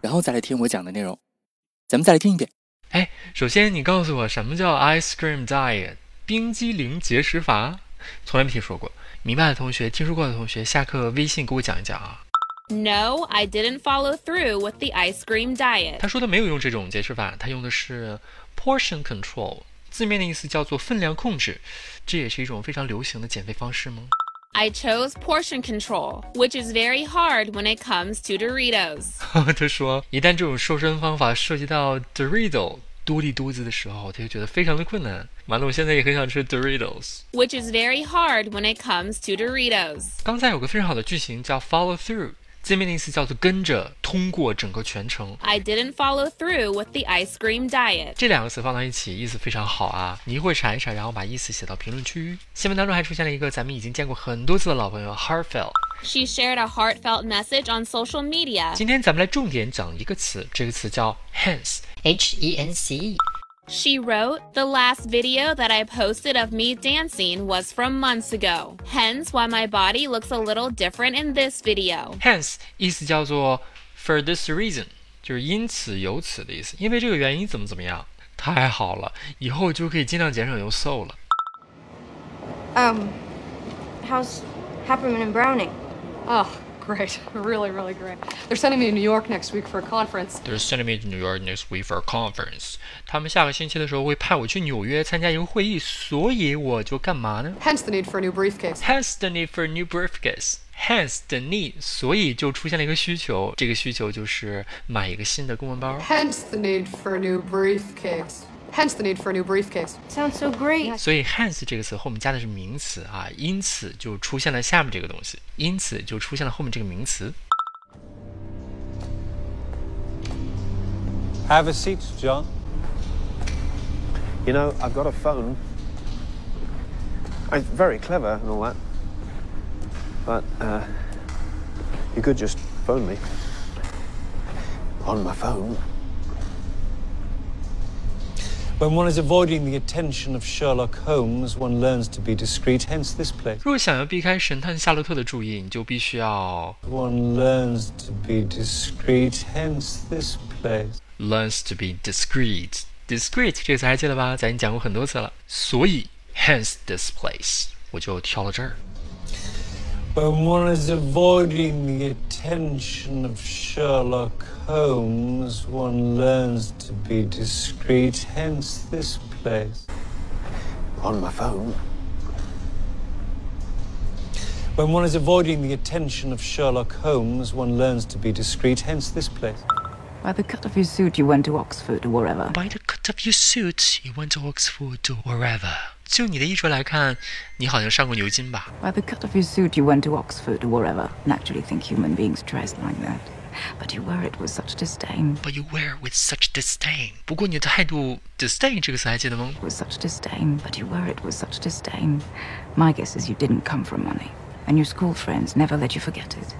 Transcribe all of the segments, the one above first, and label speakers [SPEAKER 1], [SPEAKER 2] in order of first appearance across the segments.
[SPEAKER 1] 然后再来听我讲的内容。咱们再来听一遍。
[SPEAKER 2] 哎，首先你告诉我什么叫 ice cream diet 冰激凌节食法？从来没听说过。明白的同学，听说过的同学，下课微信给我讲一讲啊。
[SPEAKER 3] No, I didn't follow through with the ice cream diet.
[SPEAKER 2] 他说的没有用这种节食法，他用的是 portion control，字面的意思叫做分量控制，这也是一种非常流行的减肥方式吗？
[SPEAKER 3] I chose portion control, which is very hard when it comes to Doritos.
[SPEAKER 2] 他说，一旦这种瘦身方法涉及到 Dorito 嘟哩嘟子的时候，他就觉得非常的困难。马总现在也很想吃 Doritos。
[SPEAKER 3] Which is very hard when it comes to Doritos.
[SPEAKER 2] 刚才有个非常好的句型叫 follow through，字面的意思叫做跟着，通过整个全程。
[SPEAKER 3] I didn't follow through with the ice cream diet.
[SPEAKER 2] 这两个词放到一起，意思非常好啊！你一会儿查一查，然后把意思写到评论区。新闻当中还出现了一个咱们已经见过很多次的老朋友 heartfelt。
[SPEAKER 3] She shared a heartfelt message on social media.
[SPEAKER 2] 今天咱们来重点讲一个词，这个词叫 hence。
[SPEAKER 4] H E N C E.
[SPEAKER 3] She wrote, The last video that I posted of me dancing was from months ago, hence why my body looks a little different in this video.
[SPEAKER 2] hence 意思叫做 for this reason，就是因此由此的意思，因为这个原因怎么怎么样。太好了，以后就可以尽量减少用 so 了。
[SPEAKER 5] Um, how's Happerman and Browning?
[SPEAKER 6] Oh, great. Really, really great. They're sending me to New York next week for a conference.
[SPEAKER 2] They're sending me to New York next week for a conference。他们下个星期的时候会派我去纽约参加一个会议，所以我就干嘛呢
[SPEAKER 6] Hence the need for a new briefcase.
[SPEAKER 2] ？Hence the need for a new briefcase。Hence the need，所以就出现了一个需求，这个需求就是买一个新的公文包。
[SPEAKER 6] Hence the need for a new briefcase. Hence the need for a new briefcase.
[SPEAKER 5] Sounds so great.
[SPEAKER 2] 所以 hence 这个词后面加的是名词啊，因此就出现了下面这个东西，因此就出现了后面这个名词。
[SPEAKER 7] Have a seat, John. You know, I've got a phone. It's very clever and all that. But uh, you could just phone me. On my phone.
[SPEAKER 8] When one is avoiding the attention of Sherlock Holmes, one learns to be discreet, hence this place.
[SPEAKER 2] 若想要避开神探夏洛特的注意，你就必须要
[SPEAKER 8] One learns to be discreet, hence this place.
[SPEAKER 2] learns to be discreet。discreet 这个词还记得吧？咱已经讲过很多次了。所以 hence this place，我就挑了这儿。
[SPEAKER 8] When one is avoiding the attention of Sherlock Holmes, one learns to be discreet, hence this place.
[SPEAKER 7] On my phone.
[SPEAKER 8] When one is avoiding the attention of Sherlock Holmes, one learns to be discreet, hence this place.
[SPEAKER 9] By the cut of your suit, you went to Oxford or wherever.
[SPEAKER 2] By the cut of your suit, you went to Oxford or wherever。就你的衣着来看，你好像上过牛津吧？
[SPEAKER 9] By the cut of your suit, you went to Oxford or wherever. Naturally, think human beings dressed like that. But you wear it with such disdain.
[SPEAKER 2] But you wear with such disdain。不过你的态度，disdain 这个词还记得吗？
[SPEAKER 9] With such disdain. But you wear it with such disdain. My guess is you didn't come from money, and your school friends never let you forget it.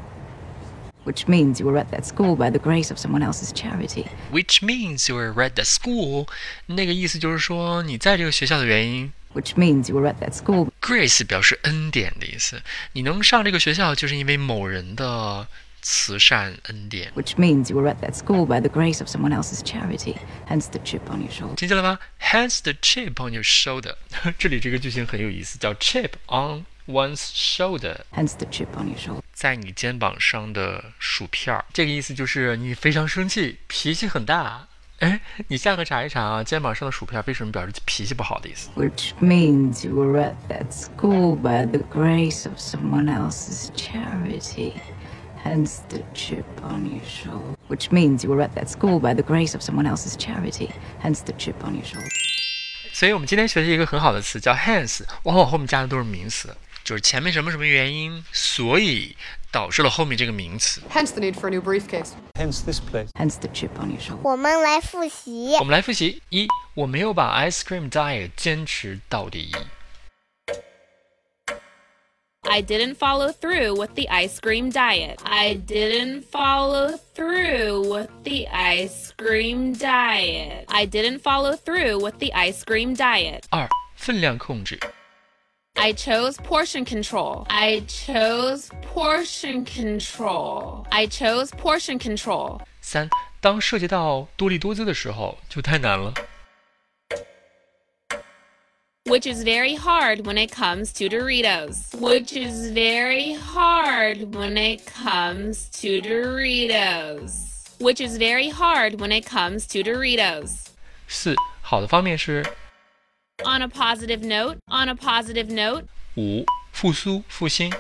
[SPEAKER 9] Which means you were at that school by the grace of someone else's charity.
[SPEAKER 2] Which means you were at the school，那个意思就是说你在这个学校的原因。
[SPEAKER 9] Which means you were at that school.
[SPEAKER 2] Grace 表示恩典的意思，你能上这个学校就是因为某人的慈善恩典，
[SPEAKER 9] Which means you were at that school by the grace of someone else's charity. Hence the chip on your shoulder.
[SPEAKER 2] 听见了吗？Hence the chip on your shoulder 。 这里这个句型很有意思，叫 chip on one's shoulder，
[SPEAKER 9] Hence the chip on your shoulder.
[SPEAKER 2] 在你肩膀上的薯片儿。这个意思就是你非常生气，脾气很大。哎，你下课查一查啊，肩膀上的薯片儿为什么表示脾气不好的意思？
[SPEAKER 9] Which means you were at that school by the grace of someone else's charity, hence the chip on your shoulder. Which means you were at that school by the grace of someone else's charity, hence the chip on your shoulder.
[SPEAKER 2] 所以我们今天学习一个很好的词叫 hence，往往后面加的都是名词。就是前面什么什么原因，所以导致了后面这个名词。
[SPEAKER 6] Hence the need for a new briefcase.
[SPEAKER 8] Hence this place.
[SPEAKER 9] Hence the chip on your shoulder.
[SPEAKER 10] 我们来复习。
[SPEAKER 2] 我们来复习：一，我没有把 ice cream diet 坚持到底。
[SPEAKER 3] I didn't follow through with the ice cream diet. I didn't follow through with the ice cream diet. I didn't follow through with the ice cream diet.
[SPEAKER 2] 二，分量控制。
[SPEAKER 3] I chose portion control. I chose portion control. I chose portion control.
[SPEAKER 2] 三，当涉及到多利多姿的时候，就太难了。
[SPEAKER 3] which is very hard when it comes to Doritos. Which is very hard when it comes to Doritos. Which is very hard when it comes to Doritos.
[SPEAKER 2] 四，好的方面是
[SPEAKER 3] On a positive note, on a positive note,
[SPEAKER 2] 五，复苏复兴。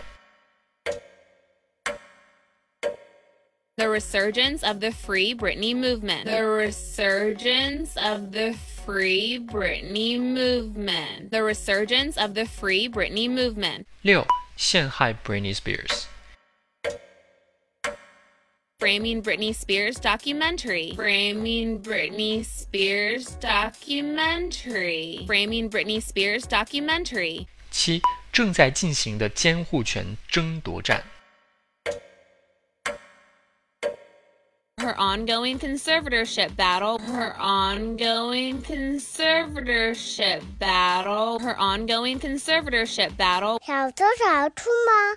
[SPEAKER 3] the resurgence of the Free Britney movement. The resurgence of the Free Britney movement. The resurgence of the Free Britney movement.
[SPEAKER 2] 六，陷害 Britney Spears。
[SPEAKER 3] Framing Britney Spears documentary. Framing Britney Spears documentary. Framing Britney Spears documentary.
[SPEAKER 2] 七，正在进行的监护权争夺战。
[SPEAKER 3] Her ongoing conservatorship battle. Her ongoing conservatorship battle. Her ongoing conservatorship battle.
[SPEAKER 11] 小偷小兔吗？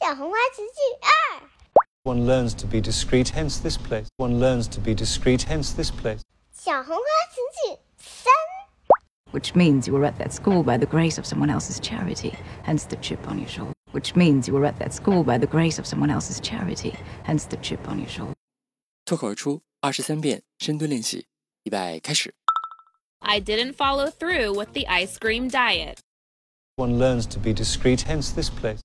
[SPEAKER 11] 小红花词句二，
[SPEAKER 8] One learns to be discreet, hence this place. One learns to be discreet, hence this place.
[SPEAKER 11] 小红花词句三，
[SPEAKER 9] Which means you were at that school by the grace of someone else's charity. Hence the chip on your shoulder. Which means you were at that school by the grace of someone else's charity. Hence the chip on your shoulder.
[SPEAKER 1] 脱口而出二十三遍深蹲练习，预备开始。
[SPEAKER 3] I didn't follow through with the ice cream diet.
[SPEAKER 8] One learns to be discreet, hence this place.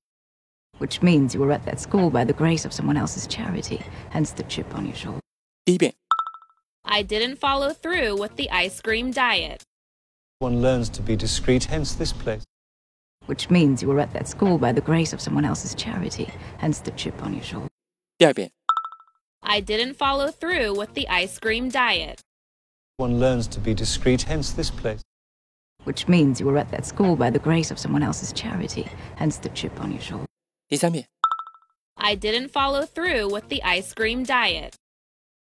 [SPEAKER 9] Which means you were at that school by the grace of someone else's charity. Hence the chip on your shoulder.
[SPEAKER 1] 第一遍，
[SPEAKER 3] I didn't follow through with the ice cream diet.
[SPEAKER 8] One learns to be discreet, hence this place.
[SPEAKER 9] Which means you were at that school by the grace of someone else's charity. Hence the chip on your shoulder.
[SPEAKER 1] 第二遍，
[SPEAKER 3] I didn't follow through with the ice cream diet.
[SPEAKER 8] One learns to be discreet, hence this place.
[SPEAKER 9] Which means you were at that school by the grace of someone else's charity. Hence the chip on your shoulder.
[SPEAKER 1] 第三遍，
[SPEAKER 3] I didn't follow through with the ice cream diet.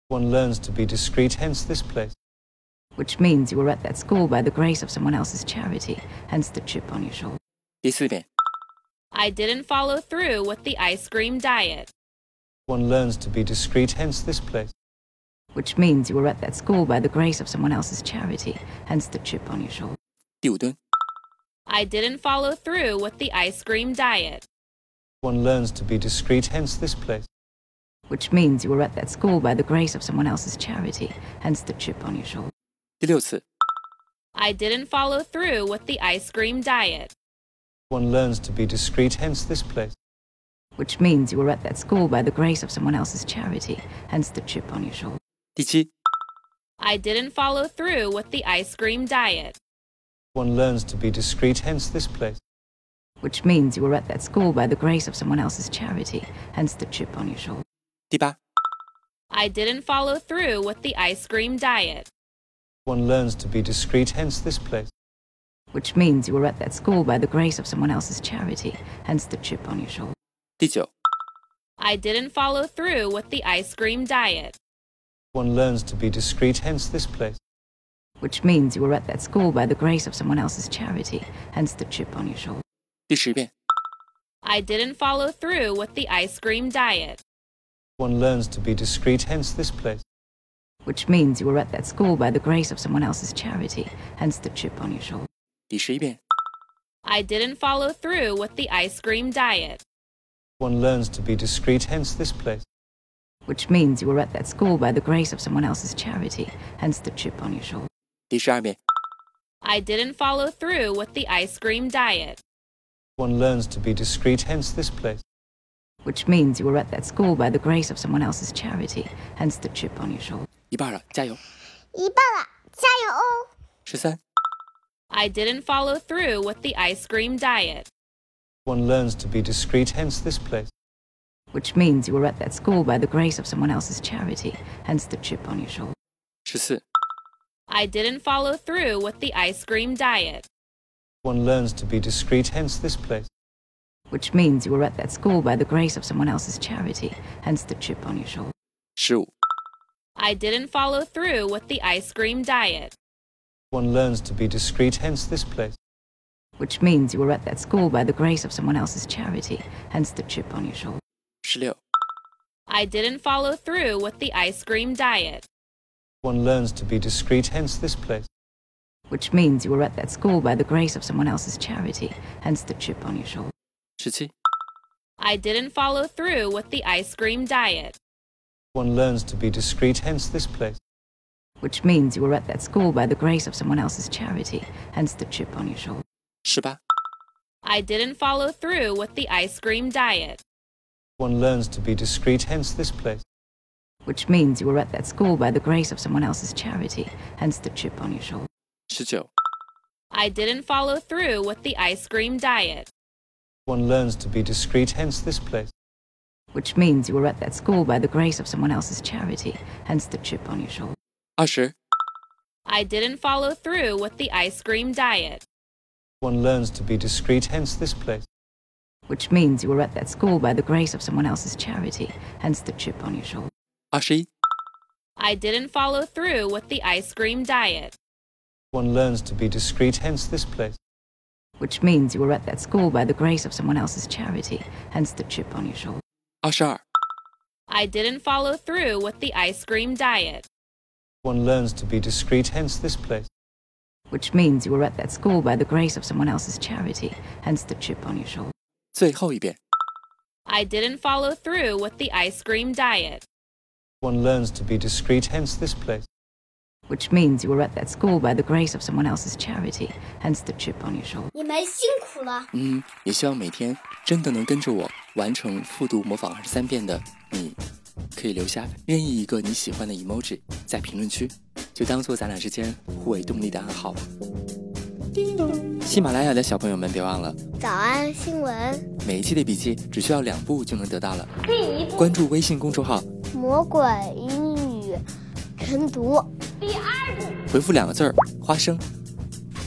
[SPEAKER 8] One learns to be discreet, hence this place.
[SPEAKER 9] Which means you were at that school by the grace of someone else's charity. Hence the chip on your shoulder.
[SPEAKER 1] 第四遍，
[SPEAKER 3] I didn't follow through with the ice cream diet.
[SPEAKER 8] One learns to be discreet, hence this place.
[SPEAKER 9] Which means you were at that school by the grace of someone else's charity. Hence the chip on your shoulder.
[SPEAKER 1] 第五蹲，
[SPEAKER 3] I didn't follow through with the ice cream diet.
[SPEAKER 8] One learns to be discreet, hence this place.
[SPEAKER 9] Which means you were at that school by the grace of someone else's charity. Hence the chip on your shoulder.
[SPEAKER 1] 第六次，
[SPEAKER 3] I didn't follow through with the ice cream diet.
[SPEAKER 8] One learns to be discreet, hence this place.
[SPEAKER 9] Which means you were at that school by the grace of someone else's charity. Hence the chip on your shoulder.
[SPEAKER 1] 第七，
[SPEAKER 3] I didn't follow through with the ice cream diet.
[SPEAKER 8] One learns to be discreet, hence this place.
[SPEAKER 9] Which means you were at that school by the grace of someone else's charity. Hence the chip on your shoulder.
[SPEAKER 1] 第八，
[SPEAKER 3] I didn't follow through with the ice cream diet.
[SPEAKER 8] One learns to be discreet, hence this place.
[SPEAKER 9] Which means you were at that school by the grace of someone else's charity. Hence the chip on your shoulder.
[SPEAKER 1] 第九，
[SPEAKER 3] I didn't follow through with the ice cream diet.
[SPEAKER 8] One learns to be discreet, hence this place.
[SPEAKER 9] Which means you were at that school by the grace of someone else's charity. Hence the chip on your shoulder.
[SPEAKER 1] 第十遍，
[SPEAKER 3] I didn't follow through with the ice cream diet.
[SPEAKER 8] One learns to be discreet, hence this place.
[SPEAKER 9] Which means you were at that school by the grace of someone else's charity. Hence the chip on your shoulder.
[SPEAKER 1] 第十一遍，
[SPEAKER 3] I didn't follow through with the ice cream diet.
[SPEAKER 8] One learns to be discreet, hence this place.
[SPEAKER 9] which means you were at that school by the grace of someone else's charity, hence the chip on your shoulder.
[SPEAKER 1] 第十二遍，
[SPEAKER 3] I didn't follow through with the ice cream diet.
[SPEAKER 8] One learns to be discreet, hence this place.
[SPEAKER 9] which means you were at that school by the grace of someone else's charity, hence the chip on your shoulder.
[SPEAKER 1] 一半了，加油！
[SPEAKER 11] 一半了，加油哦！
[SPEAKER 1] 十三、
[SPEAKER 3] I didn't follow through with the ice cream diet.
[SPEAKER 8] One learns to be discreet, hence this place.
[SPEAKER 9] which means you were at that school by the grace of someone else's charity, hence the chip on your shoulder.
[SPEAKER 1] 十四、
[SPEAKER 3] I didn't follow through with the ice cream diet.
[SPEAKER 8] One learns to be discreet, hence this place.
[SPEAKER 9] which means you were at that school by the grace of someone else's charity, hence the chip on your shoulder.
[SPEAKER 1] 十五、
[SPEAKER 3] I didn't follow through with the ice cream diet.
[SPEAKER 8] One learns to be discreet, hence this place.
[SPEAKER 9] which means you were at that school by the grace of someone else's charity, hence the chip on your shoulder.
[SPEAKER 1] 十六、
[SPEAKER 3] I didn't follow through with the ice cream diet.
[SPEAKER 8] One learns to be discreet, hence this place.
[SPEAKER 9] which means you were at that school by the grace of someone else's charity, hence the chip on your shoulder.
[SPEAKER 1] 十七、
[SPEAKER 3] I didn't follow through with the ice cream diet.
[SPEAKER 8] One learns to be discreet, hence this place.
[SPEAKER 9] which means you were at that school by the grace of someone else's charity, hence the chip on your shoulder.
[SPEAKER 1] 十八、
[SPEAKER 3] I didn't follow through with the ice cream diet.
[SPEAKER 8] One learns to be discreet, hence this place.
[SPEAKER 9] which means you were at that school by the grace of someone else's charity, hence the chip on your shoulder.
[SPEAKER 1] 十九、
[SPEAKER 3] I didn't follow through with the ice cream diet.
[SPEAKER 8] One learns to be discreet, hence this place.
[SPEAKER 9] which means you were at that school by the grace of someone else's charity, hence the chip on your shoulder.
[SPEAKER 1] 二十、
[SPEAKER 3] I didn't follow through with the ice cream diet.
[SPEAKER 8] One learns to be discreet, hence this place.
[SPEAKER 9] which means you were at that school by the grace of someone else's charity, hence the chip on your shoulder.
[SPEAKER 1] 二十一、
[SPEAKER 3] I didn't follow through with the ice cream diet.
[SPEAKER 8] One learns to be discreet, hence this place.
[SPEAKER 9] which means you were at that school by the grace of someone else's charity, hence the chip on your shoulder.
[SPEAKER 1] 二十二、
[SPEAKER 3] I didn't follow through with the ice cream diet.
[SPEAKER 8] One learns to be discreet, hence this place.
[SPEAKER 9] which means you were at that school by the grace of someone else's charity, hence the chip on your shoulder.
[SPEAKER 1] 最后一遍。
[SPEAKER 3] I didn't follow through with the ice cream diet.
[SPEAKER 8] One learns to be discreet, hence this place.
[SPEAKER 9] which means you were at that school by the grace of someone else's charity, hence the chip on your shoulder.
[SPEAKER 11] 你们辛苦了。
[SPEAKER 1] 嗯，也希望每天真的能跟着我完成复读模仿二十三遍的你，可以留下任意一个你喜欢的 emoji 在评论区，就当做咱俩之间互为动力的暗号。喜马拉雅的小朋友们，别忘了
[SPEAKER 10] 早安新闻，
[SPEAKER 1] 每一期的笔记只需要两步就能得到了。
[SPEAKER 10] 第一步，
[SPEAKER 1] 关注微信公众号，
[SPEAKER 10] 魔鬼英语晨读，第二步，
[SPEAKER 1] 回复两个字儿“花生”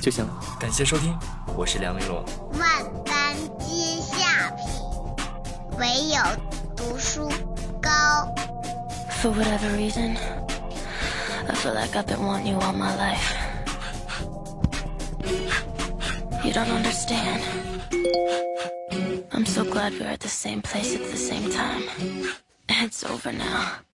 [SPEAKER 1] 就行了。感谢收听，我是梁丽罗。
[SPEAKER 11] 万般皆下品，唯有读书高。
[SPEAKER 4] For whatever reason, I feel like I've been wanting you all my life. You don't understand. I'm so glad we're at the same place at the same time. It's over now.